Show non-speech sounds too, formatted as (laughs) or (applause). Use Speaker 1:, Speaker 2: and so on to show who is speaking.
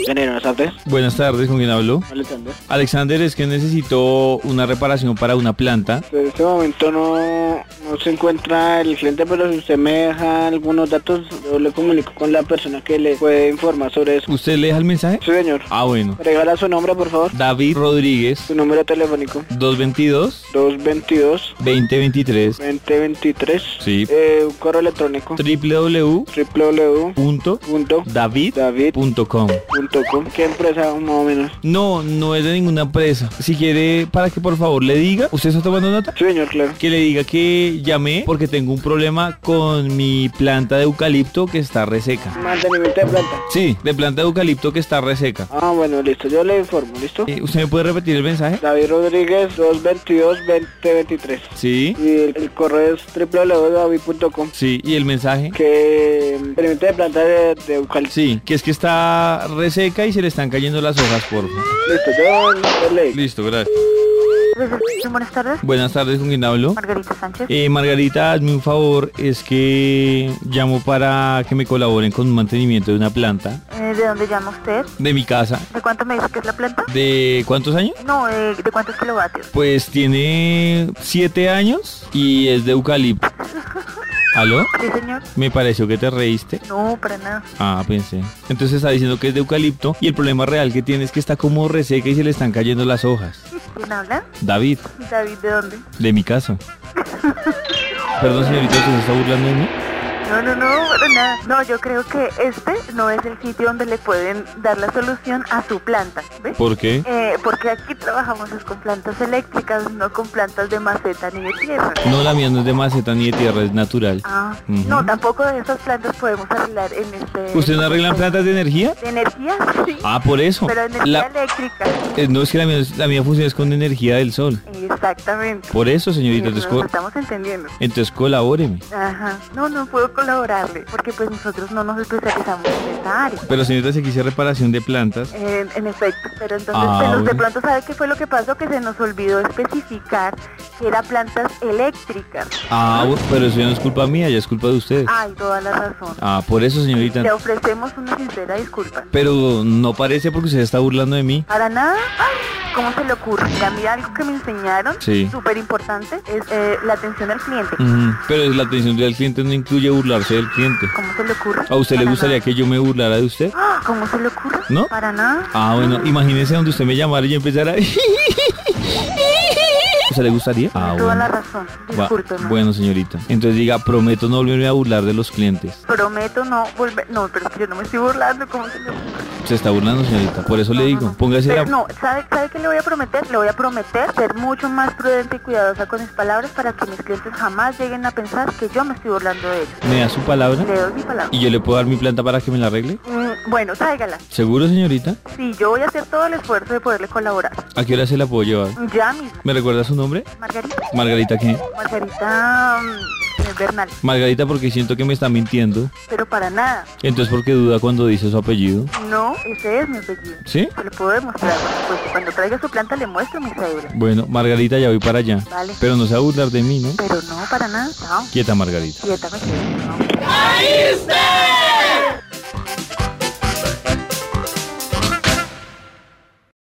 Speaker 1: Ingeniero, buenas tardes.
Speaker 2: Buenas tardes, ¿con quién hablo?
Speaker 1: Alexander.
Speaker 2: Alexander, es que necesito una reparación para una planta.
Speaker 1: En este momento no, no se encuentra el cliente, pero si usted me deja algunos datos, yo le comunico con la persona que le puede informar sobre eso.
Speaker 2: ¿Usted le deja el mensaje?
Speaker 1: Sí, señor.
Speaker 2: Ah, bueno.
Speaker 1: Regala su nombre, por favor.
Speaker 2: David Rodríguez,
Speaker 1: Su número telefónico. 222
Speaker 2: 222-2023,
Speaker 1: 2023.
Speaker 2: Sí.
Speaker 1: Eh, un correo electrónico. www.david.com.
Speaker 2: www.david.com.
Speaker 1: ¿Qué empresa más o menos?
Speaker 2: No, no es de ninguna empresa. Si quiere, para que por favor le diga, ¿usted está tomando nota?
Speaker 1: Sí, señor, claro.
Speaker 2: Que le diga que llamé porque tengo un problema con mi planta de eucalipto que está reseca.
Speaker 1: Mantenimiento de planta.
Speaker 2: Sí, de planta de eucalipto que está reseca.
Speaker 1: Ah, bueno, listo. Yo le informo, ¿listo?
Speaker 2: Eh, ¿Usted me puede repetir el mensaje?
Speaker 1: David Rodríguez 222-2023.
Speaker 2: Sí,
Speaker 1: Y el, el correo es www.david.com.
Speaker 2: sí. ¿Y el mensaje?
Speaker 1: Que mm, permite de plantar de, de eucalipto.
Speaker 2: Sí, que es que está reseca y se le están cayendo las hojas, por favor.
Speaker 1: Listo, yo yo leí.
Speaker 2: Listo, gracias.
Speaker 3: Buenas tardes,
Speaker 2: Buenas tardes, ¿con quién hablo?
Speaker 3: Margarita Sánchez.
Speaker 2: Eh, Margarita, hazme un favor, es que llamo para que me colaboren con un mantenimiento de una planta
Speaker 3: Eh, ¿De dónde llama usted?
Speaker 2: de mi casa.
Speaker 3: ¿De cuánto me dice que es la planta?
Speaker 2: ¿De cuántos años?
Speaker 3: No, eh, ¿de cuántos kilovatios?
Speaker 2: Pues tiene siete años y es de eucalipto. ¿Aló?
Speaker 3: Sí, señor.
Speaker 2: Me pareció que te reíste.
Speaker 3: No, para nada.
Speaker 2: Ah, pensé. Entonces está diciendo que es de eucalipto y el problema real que tiene es que está como reseca y se le están cayendo las hojas.
Speaker 3: ¿Quién habla?
Speaker 2: David,
Speaker 3: David, ¿de dónde?
Speaker 2: de mi casa. Perdón, señorita, ¿usted se está burlando de mí?
Speaker 3: No, no, no, para nada. No, yo creo que este no es el sitio donde le pueden dar la solución a su planta, ¿ves?
Speaker 2: ¿Por qué?
Speaker 3: Eh, porque aquí trabajamos es con plantas eléctricas, no con plantas de maceta ni de tierra.
Speaker 2: No, la mía no es de maceta ni de tierra, es natural.
Speaker 3: Ah,
Speaker 2: Ujú.
Speaker 3: no, tampoco de esas plantas podemos arreglar en este...
Speaker 2: ¿Usted no arreglan plantas de energía?
Speaker 3: ¿De energía? Sí.
Speaker 2: Ah, por eso.
Speaker 3: Pero energía
Speaker 2: La-
Speaker 3: eléctrica.
Speaker 2: eh, no, es que la mía, la mía funciona es con energía del sol.
Speaker 3: Exactamente.
Speaker 2: Por eso, señorita,
Speaker 3: Sí,
Speaker 2: entonces,
Speaker 3: nos
Speaker 2: co-
Speaker 3: estamos entendiendo.
Speaker 2: entonces colabóreme.
Speaker 3: Ajá. No, no puedo colaborarle, porque pues nosotros no nos especializamos en esta área.
Speaker 2: Pero señorita, se quise reparación de plantas.
Speaker 3: En, en efecto, pero entonces
Speaker 2: Ah,
Speaker 3: pues, los de
Speaker 2: bueno.
Speaker 3: pronto sabe qué fue lo que pasó, que se nos olvidó especificar que era plantas eléctricas.
Speaker 2: Ah, bu- pero eso ya no es culpa mía, ya es culpa de ustedes.
Speaker 3: Ay, toda la razón.
Speaker 2: Ah, por eso, señorita.
Speaker 3: Te ofrecemos una sincera disculpa.
Speaker 2: Pero no parece porque usted está burlando de mí.
Speaker 3: Para nada, ¡ay! ¿cómo se le ocurre? Y A mí algo que me enseñaron,
Speaker 2: Sí. Mm.
Speaker 3: súper importante, es eh, la atención al cliente.
Speaker 2: Ujú, Pero la atención del cliente no incluye burlarse del cliente.
Speaker 3: ¿Cómo se le ocurre?
Speaker 2: ¿A usted le
Speaker 3: Para
Speaker 2: gustaría que yo me burlara de usted?
Speaker 3: nada. ¿Cómo se le ocurre?
Speaker 2: ¿No?
Speaker 3: Para nada.
Speaker 2: Ah, bueno, imagínese donde usted me llamara y yo empezara. (laughs) ¿Usted le gustaría? Ah,
Speaker 3: Toda la
Speaker 2: bueno.
Speaker 3: razón,
Speaker 2: Va-
Speaker 3: discúlpeme.
Speaker 2: bueno, señorita. Entonces diga, prometo no volverme a burlar de los clientes.
Speaker 3: Prometo no volver. No, pero es que yo no me estoy burlando. ¿Cómo se le ocurre?
Speaker 2: Se está burlando, señorita. Por eso le
Speaker 3: No,
Speaker 2: digo,
Speaker 3: no, no.
Speaker 2: póngase
Speaker 3: Pero
Speaker 2: la...
Speaker 3: Eh, No, ¿sabe, ¿sabe qué le voy a prometer? Le voy a prometer ser mucho más prudente y cuidadosa con mis palabras para que mis clientes jamás lleguen a pensar que yo me estoy burlando de ellos.
Speaker 2: ¿Me da su
Speaker 3: Le
Speaker 2: palabra?
Speaker 3: doy mi palabra.
Speaker 2: ¿Y yo le puedo dar mi planta para que me la arregle?
Speaker 3: Mm, bueno, tráigala.
Speaker 2: ¿Seguro, señorita?
Speaker 3: Sí, yo voy a hacer todo el esfuerzo de poderle colaborar.
Speaker 2: ¿A qué hora se la puedo llevar?
Speaker 3: Ya mismo.
Speaker 2: ¿Me recuerda su nombre?
Speaker 3: Margarita.
Speaker 2: Margarita, ¿qué?
Speaker 3: Margarita mm, Bernal.
Speaker 2: Margarita, porque siento que me está mintiendo.
Speaker 3: Pero para nada.
Speaker 2: Entonces, ¿por qué duda cuando dice su apellido?
Speaker 3: No, ese es mi apellido.
Speaker 2: ¿Sí?
Speaker 3: Se lo puedo demostrar. Pues cuando traiga su planta le muestro mi cédula.
Speaker 2: Bueno, Margarita, ya voy para allá.
Speaker 3: Vale.
Speaker 2: Pero no se va a burlar de mí, ¿no?
Speaker 3: Pero no, para nada. No.
Speaker 2: Quieta, Margarita.
Speaker 3: Quieta, me quedo, no.